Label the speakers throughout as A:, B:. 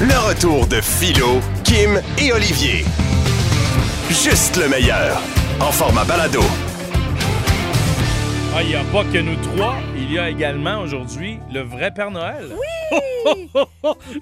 A: Le retour de Philo, Kim et Olivier. Juste le meilleur. En format balado.
B: Ah, il n'y a pas que nous trois. Il y a également aujourd'hui le vrai Père Noël.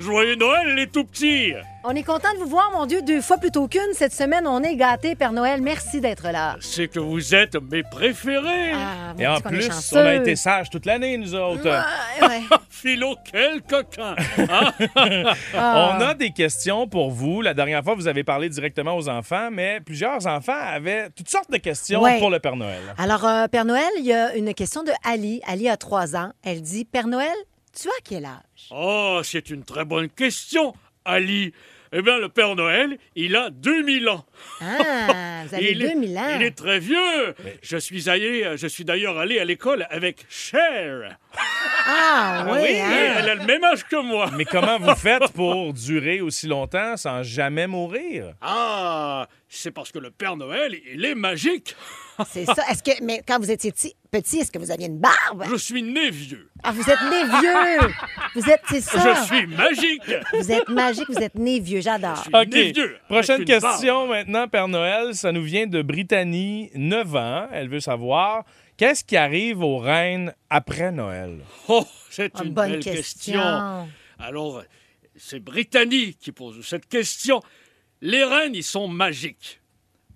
C: Joyeux Noël, les tout petits!
D: On est content de vous voir, mon Dieu, deux fois plutôt qu'une. Cette semaine, on est gâtés, Père Noël. Merci d'être là.
C: C'est que vous êtes mes préférés!
D: Ah, mon
B: et en
D: Dieu, qu'on est
B: plus,
D: chanceux.
B: on a été sages toute l'année, nous autres.
D: Ouais, ouais.
C: Philo, quel coquin!
D: Ah.
B: On a des questions pour vous. La dernière fois, vous avez parlé directement aux enfants, mais plusieurs enfants avaient toutes sortes de questions
D: Ouais.
B: pour le Père Noël.
D: Alors, euh, Père Noël, il y a une question de Ali. Ali a trois ans. Elle dit Père Noël, tu as quel âge
C: Oh, c'est une très bonne question, Ali! Eh bien, le Père Noël, il a 2000 ans.
D: Ah, vous avez
C: il est-
D: 2000 ans.
C: Il est très vieux. Je suis allé, je suis d'ailleurs allé à l'école avec Cher.
D: Ah, oui.
B: oui,
C: Et
D: hein?
C: elle a le même âge que moi.
B: Mais comment vous faites pour durer aussi longtemps sans jamais mourir?
C: Ah, c'est parce que le Père Noël, il est magique.
E: C'est ça. Est-ce que, mais quand vous étiez petit, petit, est-ce que vous aviez une barbe?
C: Je suis né vieux.
D: Ah, vous êtes né vieux. Vous êtes, c'est ça.
C: Je suis magique.
D: Vous êtes magique, vous êtes né vieux.
C: Je
D: J'adore.
C: suis
B: OK.
C: né vieux. avec
B: Prochaine
C: une barbe.
B: question maintenant, Père Noël. Ça nous vient de Brittany, 9 ans. Elle veut savoir qu'est-ce qui arrive aux reines après Noël?
C: Oh, c'est
D: Ah,
C: une
D: bonne
C: belle question.
D: question.
C: Alors, c'est Britannique qui pose cette question. Les reines, ils sont magiques.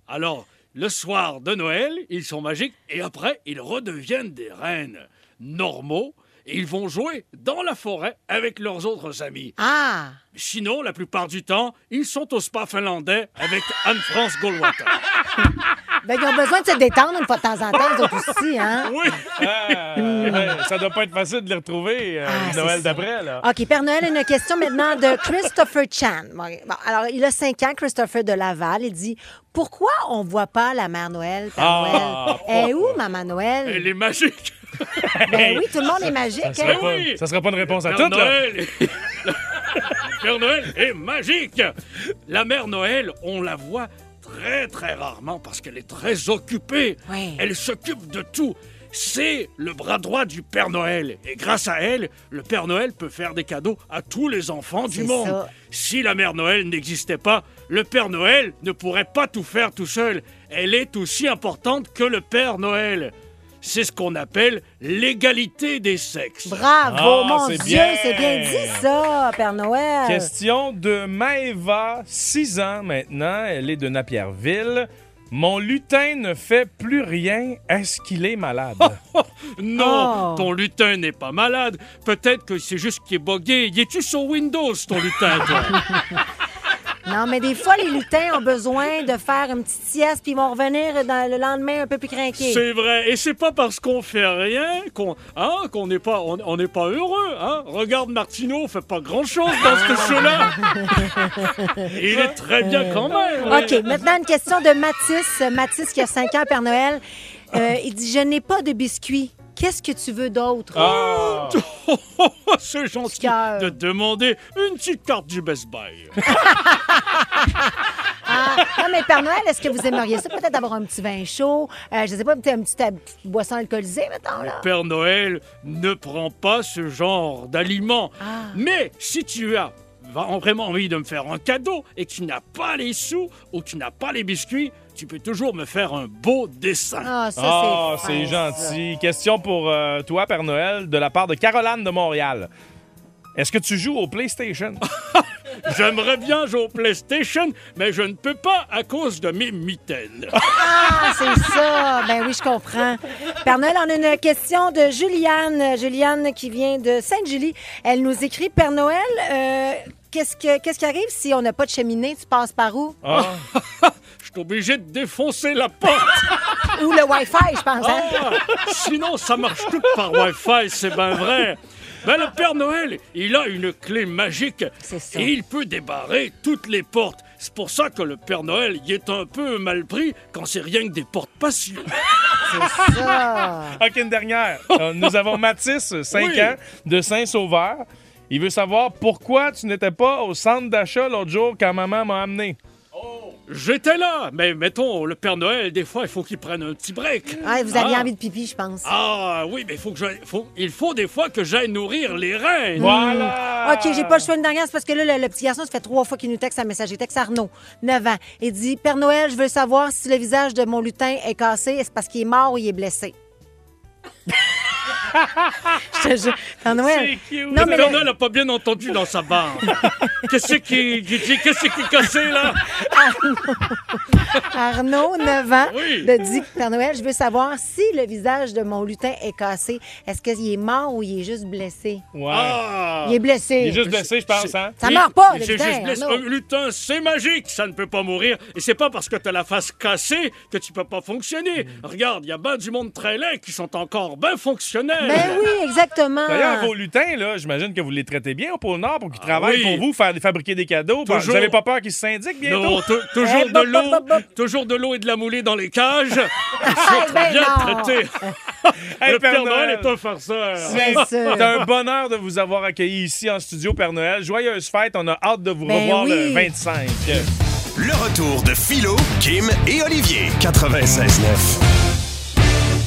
C: Alors, le soir de Noël, ils sont magiques et après, ils redeviennent des reines normaux et ils vont jouer dans la forêt avec leurs autres amis.
E: Ah!
C: Sinon, la plupart du temps, ils sont au spa finlandais avec Anne-France Goldwater.
E: Ben, ils ont besoin de se détendre une fois de temps en temps, eux autres aussi, hein?
C: Oui,
B: Ah, ouais, ça doit pas être facile de les retrouver euh,
E: Ah, c'est
B: Noël
E: ça.
B: d'après, là.
E: OK, Père Noël, une question maintenant de Christopher Chan. Bon, bon, alors, il a 5 ans, Christopher de Laval. Il dit Pourquoi on voit pas la Mère Noël, Père
B: Ah,
E: Noël? Elle est où, Maman Noël?
C: elle est magique.
E: Ben oui, tout le monde est magique,
B: Ça serait
E: hein?
B: pas-
C: oui.
B: ça sera pas une réponse à
C: Père
B: toutes, là.
C: Noël. Père Noël est magique. La mère Noël, on la voit très très rarement parce qu'elle est très occupée.
E: Ouais.
C: Elle s'occupe de tout. C'est le bras droit du Père Noël. Et grâce à elle, le Père Noël peut faire des cadeaux à tous les enfants du
E: C'est
C: monde.
E: ça.
C: Si la mère Noël n'existait pas, le Père Noël ne pourrait pas tout faire tout seul. Elle est aussi importante que le Père Noël. C'est ce qu'on appelle l'égalité des sexes.
E: Bravo,
B: Ah,
E: mon
B: c'est
E: Dieu,
B: bien.
E: c'est bien dit, ça, Père Noël.
B: Question de Maeva, 6 ans maintenant. Elle est de Napierville. Mon lutin ne fait plus rien. Est-ce qu'il est malade?
E: Oh.
C: Non, ton lutin n'est pas malade. Peut-être que c'est juste qu'il est bogué. Il est-tu sur Windows, ton lutin, toi?
E: Non, mais des fois, les lutins ont besoin de faire une petite sieste, puis ils vont revenir dans- le lendemain un peu plus craqués.
C: C'est vrai. Et c'est pas parce qu'on fait rien qu'on hein, qu'on n'est pas, on, on n'est pas heureux. Hein? Regarde, Martineau fait pas grand-chose dans ce show-là. Il est très bien quand même.
E: OK, maintenant une question de Mathis. Mathis qui a 5 ans, Père Noël. Euh, il dit Je n'ai pas de biscuits. Qu'est-ce que tu veux d'autre?
B: Ah!
C: C'est gentil
E: Cœur.
C: de demander une petite carte du Best Buy.
E: Ah, non, mais Père Noël, est-ce que vous aimeriez ça? Peut-être avoir un petit vin chaud, euh, je sais pas, peut-être une petite, euh, petite boisson alcoolisée, mettons, là.
C: Père Noël ne prend pas ce genre d'aliments.
E: Ah.
C: Mais si tu as va- vraiment envie de me faire un cadeau et que tu n'as pas les sous ou que tu n'as pas les biscuits, tu peux toujours me faire un beau dessin.
E: Ah, ça,
B: Ah,
E: c'est. fin,
B: c'est
E: ça.
B: gentil. Question pour euh, toi, Père Noël, de la part de Caroline de Montréal. Est-ce que tu joues au PlayStation?
C: J'aimerais bien jouer au PlayStation, mais je ne peux pas à cause de mes mitaines.
E: Ah, c'est ça. Ben oui, je comprends. Père Noël, on a une question de Juliane. Juliane qui vient de Sainte-Julie. Elle nous écrit Père Noël, euh, qu'est-ce, que, qu'est-ce qui arrive si on n'a pas de cheminée? Tu passes par où?
B: Ah.
C: Je suis obligé de défoncer la porte.
E: Ou le Wi-Fi, je pense. hein?
C: Ah, sinon, ça marche tout par Wi-Fi, c'est bien vrai. Ben, le Père Noël, il a une clé magique.
E: C'est ça.
C: Et il peut débarrer toutes les portes. C'est pour ça que le Père Noël y est un peu mal pris quand c'est rien que des portes passives.
E: C'est ça.
B: OK, une dernière. Euh, Nous avons Mathis, 5
C: Oui.
B: ans, de Saint-Sauveur. Il veut savoir pourquoi tu n'étais pas au centre d'achat l'autre jour quand maman m'a amené.
C: Hmm. J'étais là, mais mettons, le Père Noël, des fois, il faut qu'il prenne un petit break.
E: Ouais, vous aviez
C: Ah.
E: envie de pipi, je pense.
C: Ah oui, mais faut que j'aille- faut- il faut des fois que j'aille nourrir les reines.
B: Voilà!
E: OK, j'ai pas le choix une dernière. C'est parce que là, le, le petit garçon, ça fait trois fois qu'il nous texte un message. Il texte Arnaud, 9 ans. Il dit Père Noël, je veux savoir si le visage de mon lutin est cassé. C'est parce qu'il est mort ou il est blessé. je te jure. Père Noël.
B: C'est cute.
E: Non, mais le-
C: Bernard n'a pas bien entendu dans sa barre. Qu'est-ce qui, qui- qui- qu'est-ce qui est cassé là
E: Arnaud, 9 ans,
C: Oui.
E: de dit Père Noël, je veux savoir si le visage de mon lutin est cassé. Est-ce qu'il est mort ou il est juste blessé?
B: Ouais.
C: Ah
E: Il est blessé.
B: Il est juste blessé, je pense, hein?
E: Ça
C: Il-
E: meurt pas,
C: il
E: le
C: s'est
E: lutin,
C: juste blessé.
E: Arnaud.
C: Un lutin, c'est magique, ça ne peut pas mourir. Et c'est pas parce que t'as la face cassée que tu peux pas fonctionner.
F: Hmm.
C: Regarde, il y a ben du monde très laid qui sont encore ben
E: Ben
C: fonctionnels.
E: oui, exactement.
B: D'ailleurs, vos lutins, là, j'imagine que vous les traitez bien au Pôle Nord pour qu'ils
C: Ah
B: travaillent
C: oui.
B: pour vous, faire, fabriquer des cadeaux.
C: Toujours.
B: Vous n'avez pas peur qu'ils se syndiquent bientôt?
C: Non, tou- toujours
E: Eh,
C: de
E: bop, bop,
C: l'eau,
E: bop, bop.
C: toujours de l'eau et de la moulée dans les cages. Ils
E: Ah,
C: sont
E: ben
C: très bien
E: non.
C: traités.
F: Eh,
B: Hey,
C: Le
B: Père
C: Père Noël
B: Noël.
C: est un farceur.
E: Bien sûr.
B: Ben, C'est un bonheur de vous avoir accueilli ici en studio, Père Noël. Joyeuse fête, on a hâte de vous
E: Ben
B: revoir le
E: oui.
B: 25.
A: Le retour de Philo, Kim et Olivier. 96.9.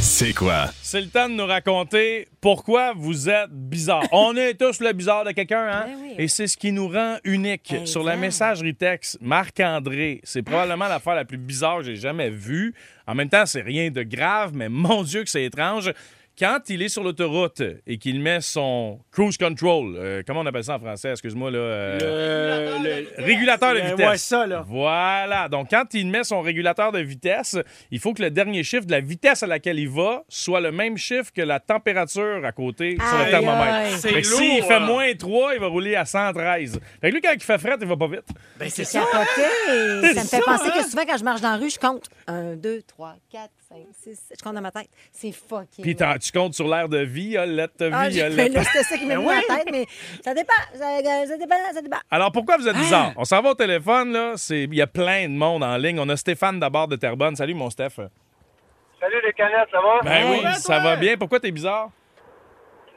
A: C'est quoi?
B: C'est le temps de nous raconter pourquoi vous êtes bizarre. On est tous le bizarre de quelqu'un, hein?
E: Ben oui. Ben,
B: Et c'est ce qui nous rend unique.
E: Exact.
B: Sur la messagerie texte, Marc-André, c'est probablement l'affaire la plus bizarre que j'ai jamais vue. En même temps, c'est rien de grave, mais mon Dieu que c'est étrange. Quand il est sur l'autoroute et qu'il met son cruise control, euh, comment on appelle ça en français? Excuse-moi, là. euh,
C: Euh, le-
B: Régulateur de
C: Euh,
B: vitesse.
C: ouais, ça, là.
B: Voilà. Donc, quand il met son régulateur de vitesse, il faut que le dernier chiffre de la vitesse à laquelle il va soit le même chiffre que la température à côté sur le
E: Aïe, aïe.
B: thermomètre.
C: C'est
B: Fait que
C: lourd,
B: s'il fait
C: hein.
B: moins 3, il va rouler à 113. Fait que lui, quand il fait fret, il va pas vite.
C: Ben, c'est ça.
E: Capoté. Ça me
B: ça,
E: fait penser
B: hein?
E: que souvent, quand je marche dans la rue, je compte 1, 2, 3, 4, 5, 6. Je compte dans ma tête. C'est fucking.
B: Puis t'en- tu comptes sur l'air de violette,
E: Ah, j'ai-
B: violette.
E: mais là, c'était ça qui m'est venu
B: Ben
E: en tête, mais ça dépend. Ça, euh, ça dépend, ça dépend.
B: Alors, pourquoi vous êtes
E: Ah.
B: bizarre? On s'en va au téléphone, là. C'est- Il y a plein de monde en ligne. On a Stéphane d'abord de Terrebonne. Salut, mon Steph.
G: Salut les canettes, ça va?
B: Ben oui, ça va bien. Pourquoi t'es bizarre?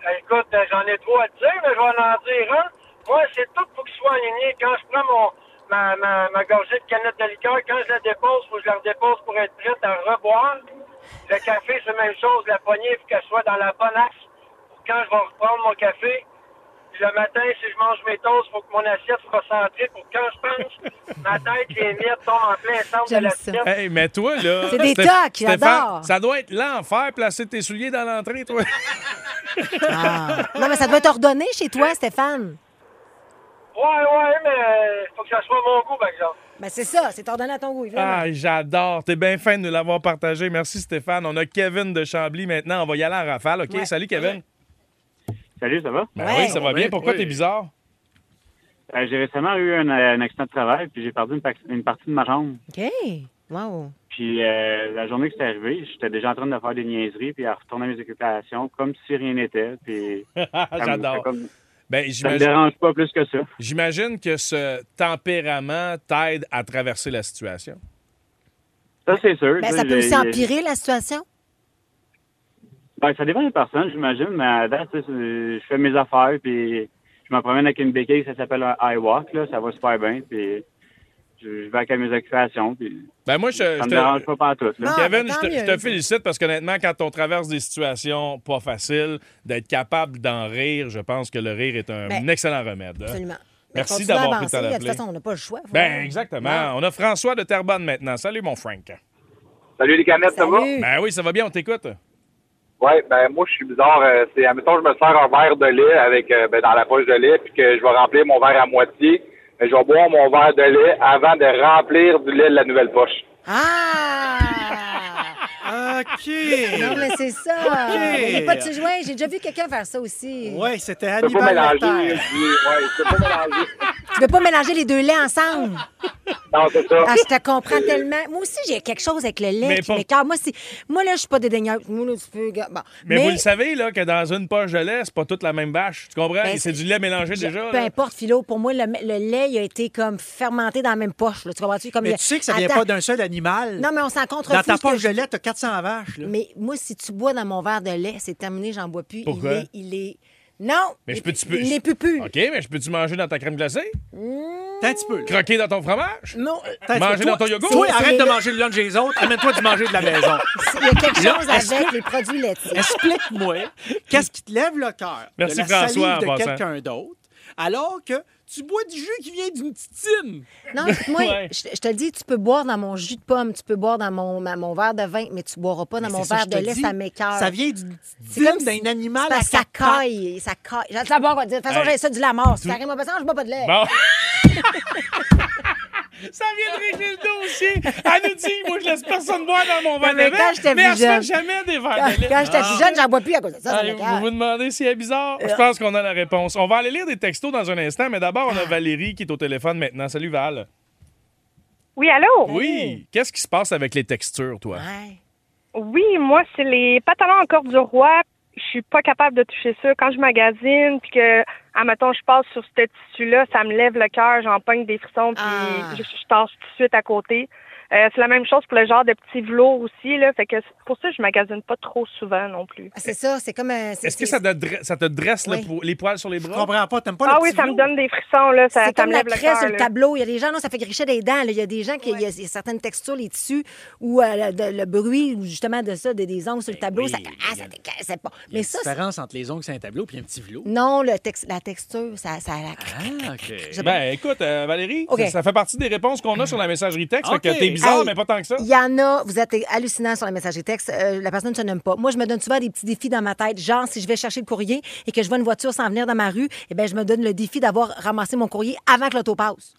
G: Eh, Écoute, euh, j'en ai trois à te dire, mais je vais en dire un. Moi, c'est tout pour qu'ils soient alignés. Quand je prends mon, ma, ma, ma gorgée de canette de liqueur, quand je la dépose, faut que je la redépose pour être prête à reboire. Le café, c'est la même chose. La poignée, faut qu'elle soit dans la bonne axe pour quand je vais reprendre mon café. Puis le matin, si je mange mes toasts, faut que mon assiette soit centrée pour quand je pense, ma tête et les miettes tombent en plein centre de
E: J'aime ça.
G: l'assiette.
B: Hey, mais toi, là.
E: C'est des
B: Stéph-
E: tocs,
B: Stéphane,
E: j'adore.
B: Ça doit être l'enfer, placer tes souliers dans l'entrée, toi.
E: Ah. Non, mais ça doit être ordonné chez toi, Stéphane.
G: Ouais, ouais, mais euh, faut que ça soit à mon goût, par exemple.
E: Ben, c'est ça, c'est ordonné à ton goût, évidemment.
B: Ah, j'adore. T'es bien fin de nous l'avoir partagé. Merci, Stéphane. On a Kevin de Chambly maintenant. On va y aller en rafale, OK?
E: Ouais.
B: Salut, Kevin.
H: Salut, ça va?
B: Ben
E: Ouais.
B: oui, ça va bien. Pourquoi
C: Oui.
B: t'es bizarre?
H: Euh, j'ai récemment eu un, euh, un accident de travail, puis j'ai perdu une, pac- une partie de ma jambe.
E: OK. Wow.
H: Puis euh, la journée que c'est arrivé, j'étais déjà en train de faire des niaiseries, puis à retourner à mes occupations comme si rien n'était. Puis ça me- ça
B: Ah, j'adore.
H: Ah, comme-
B: Ben,
H: ça me
B: j'imagine-
H: dérange pas plus que ça.
B: j'imagine que ce tempérament t'aide à traverser la situation.
H: Ça, c'est sûr.
E: Ben,
H: Tu
E: ça
H: sais,
E: peut aussi
H: j'ai-
E: empirer la situation.
H: Ben, ça dépend des personnes, j'imagine, mais à date, tu sais, c'est- je fais mes affaires, puis je me promène avec une béquille, ça s'appelle un high walk, là, ça va super bien, puis je, je vais à mes occupations, puis
B: Ben, moi, je,
H: ça
B: je
H: me
B: te-
H: dérange pas partout. Là.
E: Ah,
B: Kevin,
E: ben, tant
B: je te, je
E: mieux.
B: te félicite parce qu'honnêtement, quand on traverse des situations pas faciles, d'être capable d'en rire, je pense que le rire est un
E: Ben,
B: excellent remède. hein?
E: Absolument.
B: Merci
E: continue
B: d'avoir
E: à
B: pris le temps
E: avancer. De
B: d'appeler.
E: toute façon, on n'a pas le choix. faut-
B: Ben, exactement. On a François de Terrebonne maintenant. Salut, mon Frank.
I: Salut les canettes, ça va?
E: Salut.
B: Ben oui, ça va bien, on t'écoute.
I: Ouais, ben moi je suis bizarre. euh, c'est, admettons, je me sers un verre de lait avec euh, ben, dans la poche de lait, puis que je vais remplir mon verre à moitié. Mais je vais boire mon verre de lait avant de remplir du lait de la nouvelle poche.
E: Ah!
F: OK.
E: Non, mais c'est ça. Il pas de se joindre. J'ai déjà vu quelqu'un faire ça aussi.
F: Ouais, c'était
I: Je peux pas
F: Hannibal
I: mélanger.
F: Lecter.
I: je dis, ouais, je peux pas mélanger.
E: Tu veux pas mélanger les deux laits ensemble?
I: Non, c'est ça.
E: Ah, je te comprends tellement. Moi aussi, j'ai quelque chose avec le lait
B: Mais
E: qui
B: pour-
E: m'écoeure. Moi, si... Moi, là, je suis pas dédaigneuse. Moi, là, tu peux... Bon.
B: Mais, vous le savez, là, que dans une poche de lait, c'est pas toute la même bâche. Tu comprends?
E: Ben,
B: c'est du lait mélangé
E: Je-
B: déjà.
E: Peu
B: là.
E: importe, Philo, pour moi, le, le lait, il a été comme fermenté dans la même poche. là. Tu comprends-tu? Comme
F: Mais
E: il-
F: tu sais que ça vient
E: Attends.
F: pas d'un seul animal.
E: Non, mais on s'en contre
F: Dans ta poche de lait, t'as 400 vaches. Là.
E: Mais moi, si tu bois dans mon verre de lait, c'est terminé, j'en bois plus.
B: Pourquoi?
E: Il est... Il est... Non!
B: Mais je
E: Il-
B: peux- tu peux-
E: Il est plus plus.
B: OK, mais je peux-tu manger dans ta crème glacée?
F: T'as un petit peu. là.
B: Croquer dans ton fromage?
E: Non, euh,
F: T'as un petit
B: Manger
F: peu.
B: dans ton
F: Toi-
B: yogourt?
F: Toi,
E: C'est-
F: arrête
E: c'est-
F: de manger le lunch des autres. Amène-toi du manger de la maison.
E: il y a quelque
F: Là,
E: chose avec
F: explique-
E: les produits laitiers.
F: Explique-moi, qu'est-ce qui te lève le cœur?
B: Merci,
F: de la
B: François, en
F: salive
B: passant.
F: de quelqu'un d'autre alors que tu bois du jus qui vient d'une petite tine.
E: Non, moi, je, je te le dis, tu peux boire dans mon jus de pomme, tu peux boire dans mon, ma- mon verre de vin, mais tu boiras pas dans
F: Mais
E: mon
F: c'est ça,
E: verre
F: je
E: de
F: te
E: lait,
F: dis,
E: ça m'écœure.
F: Ça vient d'une petite
E: Ah. C'est comme
F: tine d'un
E: si-
F: animal
E: c'est
F: à
E: parce que
F: sa
E: ça caille, ça caille. Je sais pas quoi dire. De toute façon,
B: Hey.
E: j'ai ça du la mort. Si ça arrive au passant, je bois pas de lait.
B: Bon. Ça vient de régler le dossier. Elle nous dit, moi, je laisse personne boire dans mon verre
E: mais
B: de
E: quand
B: lait,
E: j'étais
B: mais elle
E: plus
B: se fait
E: jeune.
B: jamais des
F: ben,
E: Quand,
B: verres de lait.
E: quand j'étais
F: ah.
E: plus jeune, j'en bois plus à cause de ça. ça
B: Hey,
E: m'écoeure.
B: vous vous demandez si elle est bizarre? Je pense qu'on a la réponse. On va aller lire des textos dans un instant, mais d'abord, on a Valérie qui est au téléphone maintenant. Salut, Val.
J: Oui, allô?
B: Oui. Qu'est-ce qui se passe avec les textures, toi?
E: Ouais.
J: Oui, moi, c'est les pantalons en corde du roi. Je suis pas capable de toucher ça. Quand je magasine, puis que, à mettons, je passe sur ce tissu-là, ça me lève le cœur, j'en pogne des frissons, puis
E: Ah.
J: je, je tasse tout de suite à côté. Euh, c'est la même chose pour le genre de petits velours aussi, là. Fait que c'est pour ça, je magasine pas trop souvent non plus.
E: Ah, C'est ça, c'est comme. euh, c'est-
B: Est-ce que
E: c'est-
B: ça te, dre- ça te dresse le
E: Oui.
B: po- les poils sur les
F: Je
B: bras?
F: comprends pas, t'aimes pas
J: ah
F: le
J: oui,
F: petit
J: ça me
F: velours?
J: donne des frissons, là. Ça,
E: C'est
J: ça
E: comme
J: me
E: la
J: lève le
E: craie
J: cœur.
E: sur le
J: là.
E: tableau. Il y a des gens, non, ça fait gricher des dents. là. Il y a des gens qui. Il y a- il y a certaines textures, les tissus, ou euh, le, de- le bruit, ou justement de ça, des, des ongles sur le tableau.
F: Ben oui,
E: ça, ah,
F: il y
E: ça
F: a-
E: t'écoeure, c'est pas.
F: Il y a
E: Mais
F: une
E: ça, c'est-
F: différence entre les ongles sur un tableau puis un petit velours.
E: non, le tex- la texture, ça. ça la-
F: Ah, OK.
B: Ben, écoute, euh, Valérie,
E: OK.
B: ça, ça fait partie des réponses qu'on a sur la messagerie texte. Fait
F: OK.
B: que t'es bizarre,
E: Hey.
B: mais pas tant que ça.
E: Il y en a, vous êtes hallucinant sur la messagerie texte. euh, la personne ne se nomme pas. Moi, je me donne souvent des petits défis dans ma tête. Genre, si je vais chercher le courrier et que je vois une voiture s'en venir dans ma rue, eh ben, je me donne le défi d'avoir ramassé mon courrier avant que l'auto passe.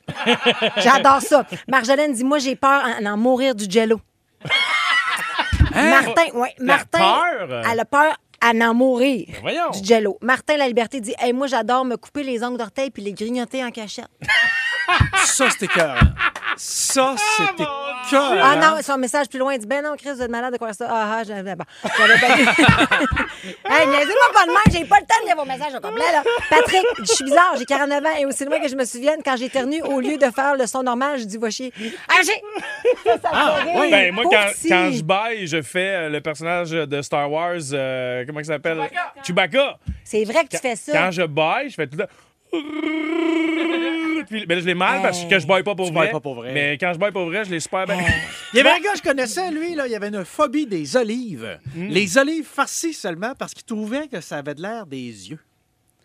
E: J'adore ça. Marjolaine dit Moi, j'ai peur à- à en mourir du jello. Martin, oui. Martin.
B: Hein? peur? Ben
E: Elle a peur à en mourir.
B: voyons.
E: Du jello. Martin La Liberté dit Hey, Moi, j'adore me couper les ongles d'orteil puis les grignoter en cachette.
F: Ça, c'était cœur. Ça, c'était cœur.
E: Ah non, son message plus loin, il dit Ben non, Chris, vous êtes malade de quoi ça Ah ah, j'avais bon, j'avais pas. hey, niaisez-moi pas de même, j'ai pas le temps de lire vos messages au complet, là. Patrick, je suis bizarre, j'ai 49 ans et aussi loin que je me souvienne, quand j'éternue, au lieu de faire le son normal, je dis Va chier. Ah, j'ai. Ça, ça me fait rire.
B: Ben, moi, quand,
E: Pauvre petit.
B: quand je baille, je fais euh, le personnage de Star Wars, euh, comment il s'appelle? Chewbacca.
E: C'est vrai que tu fais
B: Quand
E: ça.
B: je baille, je fais tout le temps. Puis, ben, je l'ai mal parce que je baille pas pour
F: Tu
B: vrai.
F: bailles pas pour vrai.
B: Mais quand je baille pour vrai, je l'ai super bien.
F: Il y avait un gars que je connaissais, lui, là, il avait une phobie des olives.
B: Hmm.
F: Les olives farcies seulement parce qu'il trouvait que ça avait de l'air des yeux.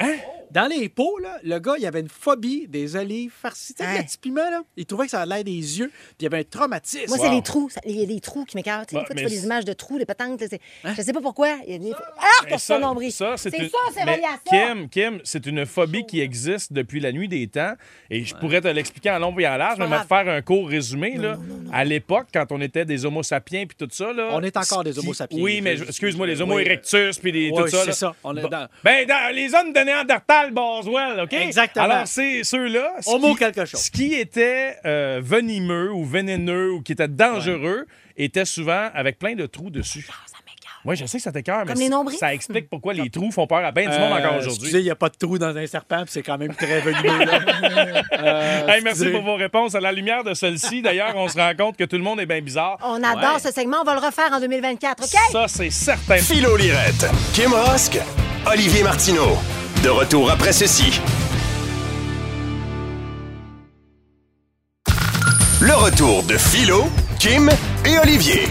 B: Hein?
F: Dans les pots, là, le gars, il avait une phobie des olives farcies. Tu sais,
E: Hein?
F: le petit piment, là, il trouvait que ça avait l'air des yeux, puis il y avait un traumatisme.
E: Moi, c'est
B: Wow.
E: les trous. Ça- Il y a des trous qui m'écartent. Tu sais,
B: Bah,
E: des fois, tu
B: mais
E: vois des
B: c'est- Hein?
E: images de trous, de patentes. là, c'est- Je sais pas pourquoi. Il y a des... Alors que
B: Mais
E: c'est un nombril.
B: ça, c'est une-
E: ça, c'est
B: Mais
E: relié à ça.
B: Kim, Kim, c'est une phobie qui existe depuis la nuit des temps. Et je pourrais te l'expliquer en long et en large,
E: pas
B: mais te
E: grave.
B: faire un court résumé. là. À l'époque, quand on était des homo sapiens puis tout ça. Là,
F: On est encore des
B: ce qui-
F: homo sapiens.
B: Oui, mais je- excuse-moi, les homo
F: Oui.
B: erectus puis les-
F: Oui,
B: tout ça.
F: c'est
B: là.
F: ça. On est
B: Bon.
F: dans-
B: Ben, dans les hommes de Néandertal, Boswell, OK?
F: Exactement.
B: Alors, c'est ceux-là. ce
F: Homo
B: qui-
F: quelque chose.
B: Ce qui était euh, venimeux ou vénéneux ou qui était dangereux était souvent avec plein de trous dessus.
E: Ça m'écoeure.
B: Oui, je sais que ça t'écœure, mais
E: Comme les
B: ça-
E: nombrils.
B: ça explique pourquoi les trous font peur à bien du monde
C: Euh,
B: encore aujourd'hui.
F: il n'y a pas de trou dans un serpent, puis c'est quand même très venimeux. là. Euh,
B: Hey, merci
F: excusez.
B: pour vos réponses. À la lumière de celle-ci, d'ailleurs, on se rend compte que tout le monde est bien bizarre.
E: On adore ce segment. On va le refaire en 2024, OK?
B: Ça, c'est certain.
A: Philo Lirette, Kim Rosk, Olivier Martineau. De retour après ceci. Le retour de Philo, Kim et Olivier.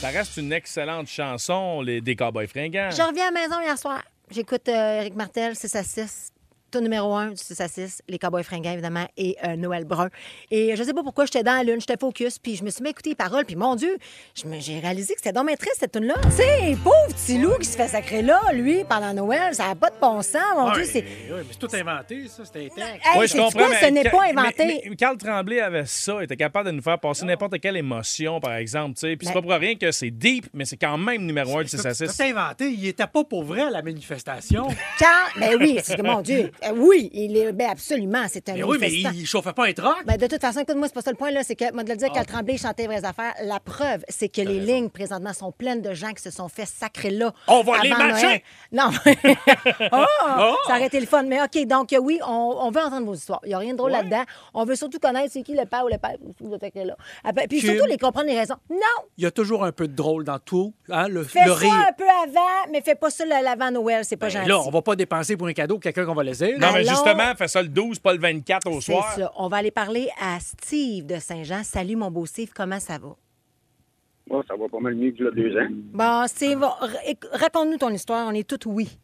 B: Ça reste une excellente chanson, les des Cowboys
F: Hein.
B: fringants.
E: Je reviens à la maison hier soir. J'écoute euh, Eric Martel, 6 à 6. Tout numéro 1 du 6 à 6, les Cowboys fringants, évidemment, et euh, Noël Brun. Et je sais pas pourquoi j'étais dans la lune, j'étais focus, puis je me suis mis à écouter les paroles, puis mon Dieu, je me- j'ai réalisé que c'était dans triste, cette tune là Tu sais, pauvre petit loup qui se fait sacrer là, lui, pendant Noël, ça n'a pas de bon sens, mon
F: Ouais,
E: Dieu, c'est...
F: ouais, mais c'est tout inventé, ça. C'était texte.
E: Hey,
B: Oui,
E: sais-tu quoi?
B: mais
E: ce n'est
B: Ca-
E: pas inventé. Oh.
B: mais- mais Carl Tremblay avait ça. Il était capable de nous faire passer n'importe quelle émotion, par exemple. tu sais. Puis c'est
E: Ben-
B: pas pour rien que c'est deep, mais c'est quand même numéro un de 6 à 6.
F: Tout inventé. Il n'était pas pour vrai à la manifestation.
E: Quand... Ben oui, c'est que, mon Dieu, euh, oui, il est... ben absolument, c'est un
F: mais oui, mais
E: manifestant.
F: il chauffait pas un troc.
E: Ben, de toute façon, écoute-moi, c'est pas ça le point, là. C'est que, moi, de le dire,
F: Ah.
E: qu'elle tremblait, chantait vraies affaires. La preuve, c'est que les lignes, présentement, sont pleines de gens qui se sont fait sacrer là.
F: On va les
E: avant Noël.
F: matcher!
E: Non. oh, Ça aurait été le fun. Mais OK, donc, euh, oui, on, on veut entendre vos histoires. Il n'y a rien de drôle là-dedans. On veut surtout connaître c'est qui le père ou le père qui vous a sacré là. Après- Puis
F: Kim.
E: surtout, les comprendre les raisons. Non!
F: Il y a toujours un peu de drôle dans tout. hein, le,
E: Fais
F: le
E: ça
F: rire.
E: un peu avant, mais fais pas ça le- l'avant Noël. C'est pas
F: Ben
E: gentil.
F: là, on va pas dépenser pour un cadeau pour quelqu'un qu'on va laisser.
B: Non, mais
E: Allons.
B: justement, fais ça le 12, pas le 24 au
E: C'est
B: soir.
E: ça. On va aller parler à Steve de Saint-Jean. Salut, mon beau Steve. Comment ça va?
K: Ah,
H: Moi, ça va pas mal mieux que le deux ans.
E: Bon, Steve, r- éc- raconte-nous ton histoire. On est toutes oui.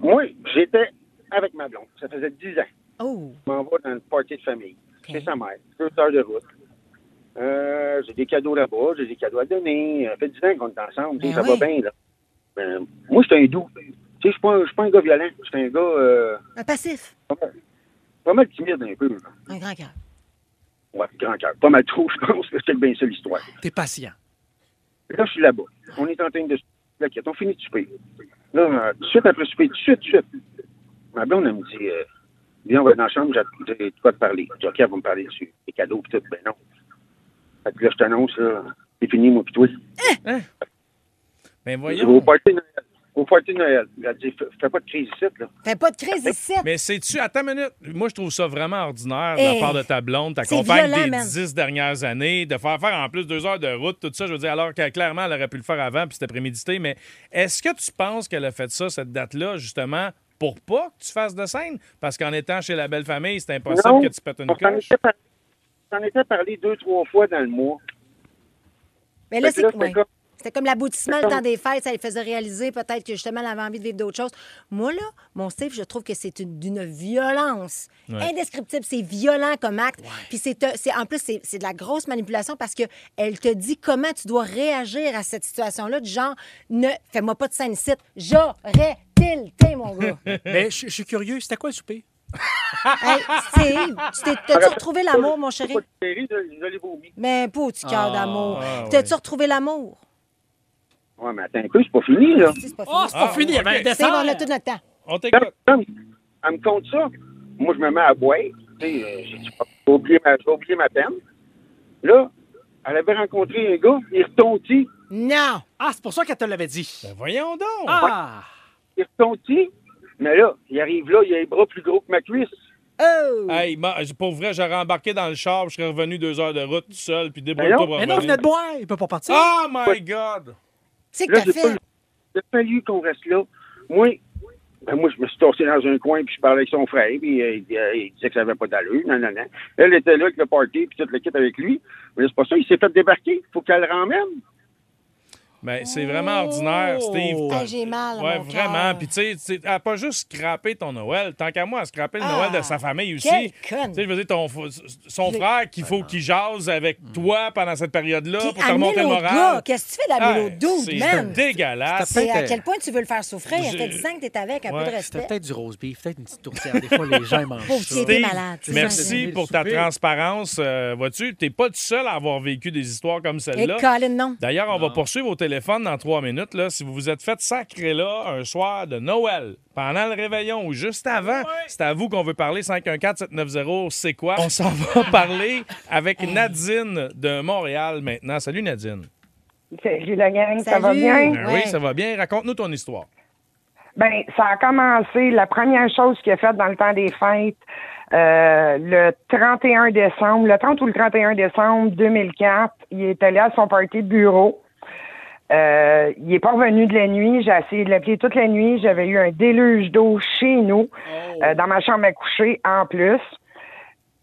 K: Moi, j'étais avec ma blonde. Ça faisait 10 ans.
E: Oh!
K: Je m'en vais dans le party de famille. C'est sa mère. Deux heures de route. Euh, j'ai des cadeaux là-bas, j'ai des cadeaux à donner. Ça fait 10 ans qu'on est ensemble. tu sais, ça va bien, là. Mais moi, je suis un doux. Tu sais, je suis pas, un- je suis pas un gars violent. Je suis un gars euh,
E: Un passif.
K: pas mal timide un peu. là.
E: Un grand cœur.
K: Ouais, grand cœur. Pas mal trop, je pense, que c'est bien ça l'histoire.
F: T'es patient.
K: Là, je suis là-bas. On est en train de la quête. On finit de souper. Là, euh, tout de suite après souper, tout de suite, tout de suite. Ma blonde, elle me dit, euh, viens, on va dans la chambre, j'ai j'ai de quoi te parler. Je dis, OK, elle va me parler dessus. Des cadeaux, pis tout. Ben non. Fait que là, je t'annonce, là, c'est fini, moi, pis toi.
B: Mais
K: Je vais Au
B: Ben, voyons.
K: party de Noël. Au party de Noël. Elle dit, fais fais pas de crise ici, là.
E: Fais pas de crise ici.
B: Mais sais-tu, attends une minute, moi je trouve ça vraiment ordinaire de
E: Eh,
B: la part de ta blonde, ta
E: c'est
B: compagne
E: violent,
B: des
E: man.
B: dix dernières années, de faire faire en plus deux heures de route, tout ça, je veux dire, alors que clairement elle aurait pu le faire avant puis c'était prémédité, mais est-ce que tu penses qu'elle a fait ça, cette date-là, justement, pour pas que tu fasses de scène? Parce qu'en étant chez la belle famille, c'est impossible
K: Non,
B: que tu pètes une
K: on s'en
B: coche.
K: était par- on s'en était parlé deux, trois fois dans le mois.
E: Mais là,
K: Fait que
E: c'est
K: là, c'était
E: ouais.
K: comme-
E: C'était comme l'aboutissement le temps des fêtes, ça les faisait réaliser peut-être que justement elle avait envie de vivre d'autres choses. Moi, là, mon Steve, je trouve que c'est une- d'une violence
D: Ouais.
E: indescriptible. C'est violent comme acte. Puis c'est, euh, c'est- en plus, c'est, c'est de la grosse manipulation parce qu'elle te dit comment tu dois réagir à cette situation-là, du genre, ne fais-moi pas de scène ici. J'aurais tilté, mon gars.
F: Mais je je suis curieux, c'était quoi le souper?
E: hey, Steve, tu t'es, t'as-tu retrouvé l'amour, mon chéri?
K: Chérie, je je l'ai vomi.
E: Mais pour du cœur
K: Ah,
E: d'amour.
K: ah,
E: T'as-tu retrouvé l'amour?
K: Ouais, mais attends un peu, c'est pas fini, là.
E: C'est pas fini.
F: Ah, c'est pas fini, il y avait un
B: Oh,
E: Steve,
F: dessert.
E: on a tout notre temps.
B: On
K: t'écoute. Elle me compte ça. Moi, je me mets à boire. Tu sais, euh, j'ai dit, je vais oublier ma, je vais oublier ma peine. Là, elle avait rencontré un gars, il retontit.
E: Non!
F: Ah, c'est pour ça qu'elle te l'avait dit.
B: Ben voyons donc!
F: Ah!
K: Il retontit. Mais là, il arrive là, il a les bras plus gros que ma cuisse.
E: Oh!
B: Hey, ma- pour vrai, j'aurais embarqué dans le char, je serais revenu deux heures de route tout seul, puis
F: Mais
B: débrouille-toi
F: non,
B: pour
F: mais non, il
B: revenir.
F: venait de boire, il peut pas partir.
B: Oh my God!
E: C'est
K: Là, j'ai pas eu- Il a fallu qu'on reste là. Moi, ben moi, je me suis torsé dans un coin, puis je parlais avec son frère, puis euh, il, euh, il disait que ça n'avait pas d'allure, non, non, non. Elle était là avec le party, puis toute le kit avec lui. Mais c'est pas ça, il s'est fait débarquer. Il faut qu'elle le ramène.
B: Ben, c'est vraiment ordinaire, Steve.
E: Ah, j'ai mal. à
B: Ouais,
E: mon
B: vraiment.
E: cœur.
B: Puis, tu sais, tu sais, elle a pas juste scrappé ton Noël. Tant qu'à moi, elle a scrappé le Noël de sa famille aussi.
E: Ah, quelle
B: Tu sais, je veux dire, ton, f- son frère qu'il faut qu'il jase avec toi pendant cette période-là
E: Puis
B: pour te remonter le
E: amener l'autre gars.
B: moral.
E: Qu'est-ce que tu fais d'amener
B: Hey,
E: l'autre dude,
B: c'est
E: man?
B: dégueulasse.
E: C'est à quel point tu veux le faire souffrir.
B: Je-
E: Il fait 10 ans que t'es avec, un peu de
F: C'était
E: respect.
F: peut-être du roast beef, peut-être une petite tourtière. Des fois, les gens ils mangent
E: Pauvre petit,
F: ça.
E: t'es malade.
F: C'est
B: Merci
F: ça.
B: pour ta transparence. Euh, Vois-tu, t'es pas le seul à avoir vécu des histoires comme
E: Et
B: celle-là.
E: Colin, non.
B: D'ailleurs, on va poursuivre au téléphone dans trois minutes. Là, si vous vous êtes fait sacrer là un soir de Noël, pendant le réveillon ou juste avant, c'est à vous qu'on veut parler. 514-790, c'est quoi? On s'en va parler avec Nadine de Montréal maintenant. Salut Nadine.
L: Salut la gang, ça va
E: Salut.
L: bien?
B: Ben Oui, ça va bien. Raconte-nous ton histoire.
L: Ben, ça a commencé, la première chose qu'il a faite dans le temps des fêtes, euh, le 31 décembre, le 30 ou le 31 décembre 2004, il est allé à son party de bureau. Euh, il est pas revenu de la nuit. J'ai essayé de l'appeler toute la nuit. J'avais eu un déluge d'eau chez nous, euh, dans ma chambre à coucher en plus.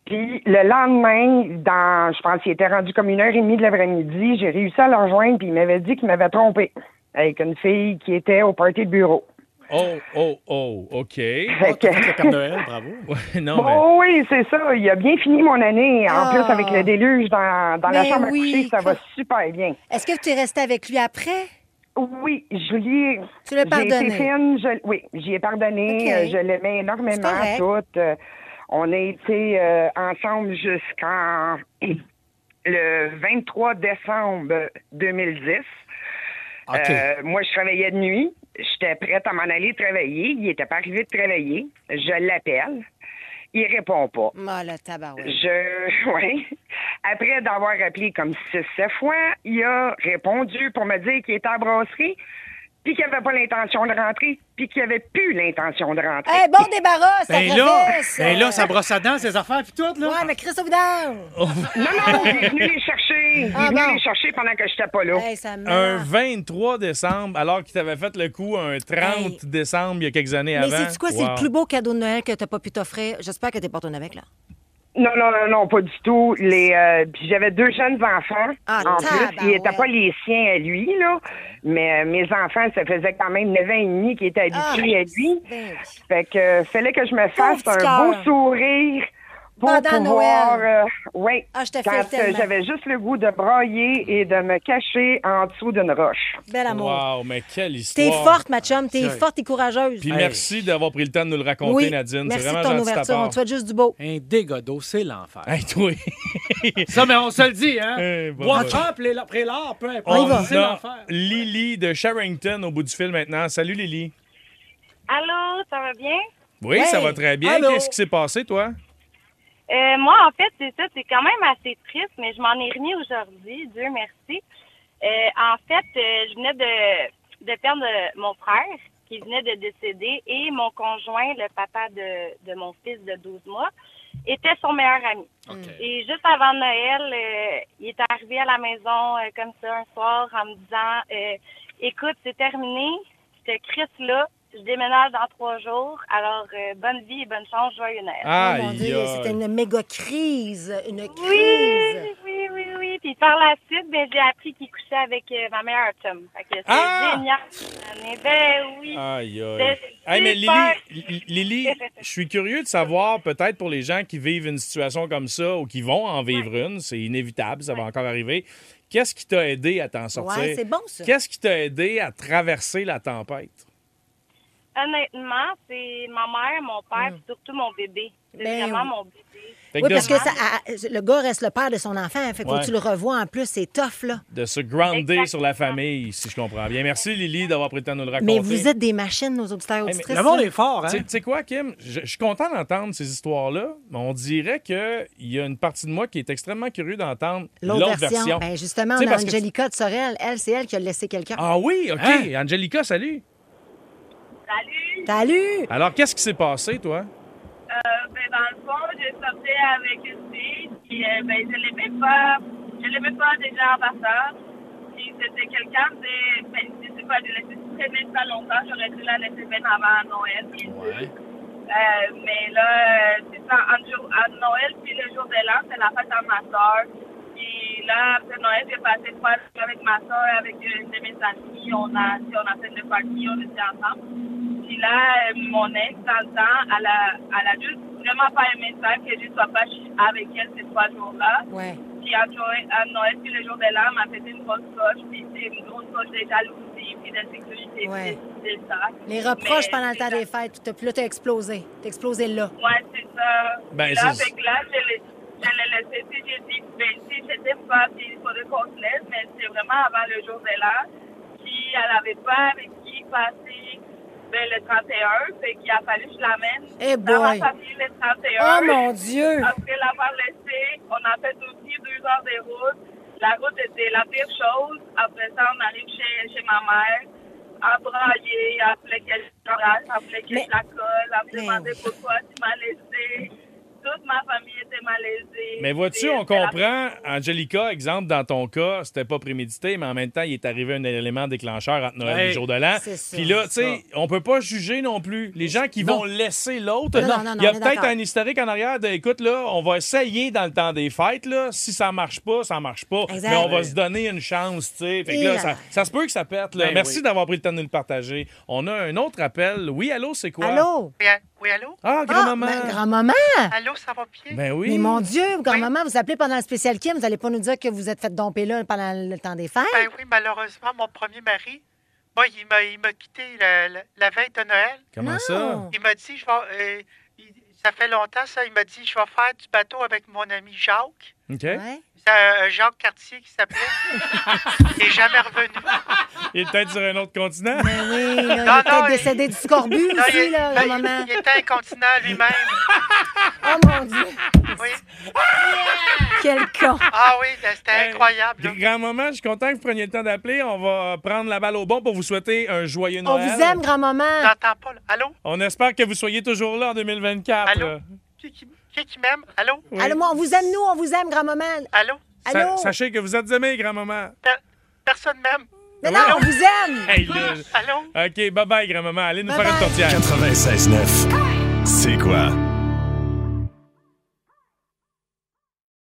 L: Puis le lendemain, dans, je pense qu'il était rendu comme une heure et demie de l'après-midi, j'ai réussi à le rejoindre, puis il m'avait dit qu'il m'avait trompé avec une fille qui était au party de bureau.
B: Oh, oh, oh, OK.
L: Fait que-
F: Le Père Noël, bravo.
B: Ouais, non, mais...
L: Oh oui, c'est ça. Il a bien fini mon année. En
E: Ah.
L: plus, avec le déluge dans, dans la
E: Mais
L: chambre
E: oui,
L: à coucher, ça va
E: comme-
L: super bien.
E: Est-ce que tu es resté avec lui après?
L: Oui, Julie.
E: Tu l'as
L: J'ai
E: pardonné.
L: été fine. je- oui, j'y ai pardonné.
E: Ok.
L: Euh, Je l'aimais énormément
E: C'est correct.
L: toutes. Euh, on a été euh, ensemble jusqu'en le 23 décembre 2010.
F: OK.
L: Euh, moi, je travaillais de nuit. J'étais prête à m'en aller travailler. Il était pas arrivé de travailler. Je l'appelle. Il répond pas.
E: Ah, le tabarouette.
L: Je, ouais. Après d'avoir appelé comme six, sept fois, il a répondu pour me dire qu'il était à la brasserie, puis qu'il n'avait pas l'intention de rentrer, puis qu'il avait plus l'intention de rentrer.
E: Hey, bon débarras, ça
F: Ben là,
E: crevesse.
F: ben là, ça brosse à dents, ses affaires, puis tout, là.
E: Ouais, mais Christophe Down!
L: Non, non, il est venu les chercher. Il est
E: Ah,
L: venu
E: bon.
L: les chercher pendant que j'étais pas là.
E: Hey, ça me.
B: Un 23 décembre, alors qu'il t'avait fait le coup un 30
E: Hey.
B: décembre il y a quelques années
E: Mais
B: avant.
E: c'est quoi? C'est
B: Wow.
E: le plus beau cadeau de Noël que t'as pas pu t'offrir. J'espère que t'es pas retourné avec, là.
L: Non, non, non, non, pas du tout. Les, euh, puis j'avais deux jeunes enfants.
E: Ah,
L: en plus, ils n'étaient pas les siens à lui, là. Mais euh, mes enfants, ça faisait quand même 9 ans et demi qu'ils étaient
E: Ah, ben
L: habitués à lui. Fait que euh, fallait que je me fasse
E: Pauvre petit
L: un beau
E: cœur.
L: sourire pour
E: Pendant
L: pouvoir.
E: Noël.
L: oui.
E: Ah, je te
L: quand
E: file
L: euh,
E: tellement.
L: j'avais juste le goût de brailler et de me cacher en dessous d'une roche.
E: Bel amour.
B: Wow, mais quelle histoire.
E: T'es forte, ma chum. T'es
B: C'est vrai.
E: forte et courageuse.
B: Puis merci d'avoir pris le temps de nous le raconter,
E: Oui,
B: Nadine.
E: merci
B: C'est vraiment
E: de ton
B: gentil de ta
E: ouverture. On
B: part.
E: te souhaite juste du beau.
F: Un dégodeau, c'est l'enfer.
B: toi.
F: ça, mais on se le dit, hein?
B: Hein. bon,
F: Bois
B: bon.
F: trempe, les- après l'art, peu
B: On
F: importe. C'est
B: a
F: l'enfer.
B: Lily de Sherrington au bout du fil maintenant. Salut Lily.
M: Allô, ça va bien?
B: Oui, ça va très bien.
M: Allô?
B: Qu'est-ce qui s'est passé, toi?
E: Oh
M: Euh, moi, en fait, c'est ça, c'est quand même assez triste, mais je m'en ai remis aujourd'hui, Dieu merci. Euh, en fait, euh, je venais de, de perdre euh, mon frère qui venait de décéder et mon conjoint, le papa de, de mon fils de 12 mois, était son meilleur ami. Et juste avant Noël, euh, il est arrivé à la maison euh, comme ça un soir en me disant euh, Écoute, c'est terminé, je te crisse là, je déménage dans trois jours, alors euh, bonne vie et bonne chance, joyeux Noël.
E: Oh, mon Dieu, c'était une méga crise. Une crise.
M: Oui, oui, oui, oui. Puis par la suite, ben, j'ai appris qu'il couchait avec euh, ma meilleure chum. Fait que c'est
B: Ah!
M: génial. cette année. Ben oui.
B: Aïe, aïe.
M: C'est
B: Hey, mais
M: super.
B: Lily, Li- Lily, je suis curieux de savoir, peut-être pour les gens qui vivent une situation comme ça ou qui vont en vivre une, c'est inévitable, ça va encore arriver. Qu'est-ce qui t'a aidé à t'en sortir?
M: c'est bon, ça.
B: Qu'est-ce qui t'a aidé à traverser la tempête?
M: Honnêtement, c'est ma mère, mon père, puis surtout mon bébé. C'est
E: Ben
M: vraiment
E: oui.
M: mon bébé.
B: Fait
E: Oui,
B: que de-
E: parce que ça- à- le gars reste le père de son enfant. Fait faut
B: Ouais.
E: que tu le revois en plus. C'est tough, là.
B: De se grounder sur la famille, si je comprends bien. Merci, Lily, d'avoir pris le temps de nous le raconter.
E: Mais vous êtes des machines, nos auditeurs
B: Hey, mais-
E: auditrices. là.
F: hein.
B: Tu sais- tu sais quoi, Kim? Je je suis content d'entendre ces histoires-là, mais on dirait qu'il y a une partie de moi qui est extrêmement curieux d'entendre
E: L'autre version. Ben, justement,
B: Tu
E: on
B: sais,
E: a
B: parce que-
E: Angelica de Sorel. Elle, c'est elle qui a laissé quelqu'un.
B: Ah oui, OK.
E: Hein?
B: Angelica, salut.
E: Salut!
B: Alors, qu'est-ce qui s'est passé, toi?
M: Euh, ben, dans le fond, je sortais avec une fille, puis euh, ben, je l'aimais pas. Je l'aimais pas déjà en passant. Puis c'était quelqu'un de. Ben, je sais pas, je l'ai laissé traîner pas longtemps. J'aurais dû la laisser mettre avant Noël. puis- Euh, mais là, euh, c'est ça, entre jour, à Noël, puis le jour de l'an, c'est la fête à ma soeur. Puis là, après Noël, j'ai passé trois jours avec ma soeur, avec euh, une de mes amies. On a, tu sais, on a fait le party, on était ensemble. Puis là, euh, mon ex, dans le temps, elle a, elle a juste vraiment pas aimé ça, que je sois pas ch- avec elle ces trois jours-là.
E: Ouais.
M: Puis à, Noël- à Noël, puis le jour de l'an, elle m'a fait une grosse coche, puis c'est une grosse coche de jalousie, puis de sécurité,
E: Ouais.
M: puis de ça.
E: Les reproches
M: Mais-
E: pendant le temps des fêtes. tout ça. Puis là, t'as explosé. T'as explosé là.
M: Ouais, c'est ça.
E: Ben,
M: Puis là,
E: c'est-
M: fait que là, je l'ai je l'ai laissé. Tu sais, J'ai dit, ben, si j'étais pas, puis il faudrait qu'on se laisse, mais c'est vraiment avant le jour de l'an. Puis elle avait pas avec qui passer ben, le 31, fait qu'il a fallu que je l'amène
E: Eh
M: dans ma
E: boy.
M: famille le 31.
E: Oh, mon Dieu.
N: Ah,
M: Après l'avoir laissé, on a fait aussi deux heures de route. La route était la pire chose. Après ça, on arrive chez, chez ma mère. À brailler, à pleurer qu'elle s'embrasse, à pleurer qu'elle
E: Mais-
M: se la colle, à me
E: Mais
M: demander
E: oui.
M: pourquoi tu m'as laissé. Toute ma famille était malaisée.
B: Mais vois-tu, on comprend, Angelica, exemple, dans ton cas, c'était pas prémédité, mais en même temps, il est arrivé un élément déclencheur entre Noël et le
F: Ouais.
B: jour de l'an.
F: C'est ça.
B: Puis là, tu
F: C'est
B: sais, on peut pas juger non plus. Les gens qui
F: Non.
B: vont laisser l'autre,
F: Non, non, non,
B: il y a
F: on est
B: peut-être
F: d'accord.
B: un historique en arrière de, écoute, là, on va essayer dans le temps des fêtes, là. Si ça marche pas, ça marche pas.
F: Exact.
B: Mais on va
F: Ouais.
B: se donner une chance, tu sais. Fait que
F: Et
B: là,
F: là.
B: ça, ça se peut que ça pète, là.
F: Ben
B: Merci
F: oui.
B: d'avoir pris le temps de nous le partager. On a un autre appel. Oui, allô, c'est quoi?
E: Allô?
N: Oui, a- oui, allô?
B: Ah, grand-maman.
E: ben, grand-maman.
N: Allô, ça va bien?
B: Ben oui.
E: Mais mon Dieu, grand-maman, vous appelez pendant le spécial Kim. Vous allez pas nous dire que vous êtes fait domper là pendant le temps des fêtes?
N: Ben oui, malheureusement, mon premier mari, moi, il m'a, il m'a quitté la, la- la veille de Noël.
B: Comment ça?
N: Il m'a dit, je vais, euh, il- ça fait longtemps, ça, il m'a dit, je vais faire du bateau avec mon ami Jacques.
B: OK.
N: C'est un- un Jacques Cartier qui s'appelait. il n'est jamais revenu.
B: Il est peut-être sur un autre continent.
E: Ben oui, là, il est peut-être décédé du scorbut
N: Non,
E: aussi,
N: il,
E: là,
N: ben,
E: grand-maman.
N: il était incontinent lui-même.
E: Oh mon Dieu! Quel con!
N: Ah oui, c'était incroyable.
B: Grand-maman, je suis content que vous preniez le temps d'appeler. On va prendre la balle au bon pour vous souhaiter un joyeux
E: On
B: Noël.
E: vous aime, grand-maman.
N: J'entends pas, Allô?
B: On espère que vous soyez toujours Ah, là en 2024.
N: Allô? Qui, qui m'aime? Allô?
E: Allô, moi, on vous aime, nous, on vous aime, grand-maman.
N: Allô?
B: Sa-
E: Allô?
B: sachez que vous êtes aimés, grand-maman.
N: Personne même.
E: Mais non, on vous aime.
B: Hey, là.
N: Allô?
B: OK, bye-bye, grand-maman. Allez nous faire une tortillade.
A: 96.9. C'est quoi?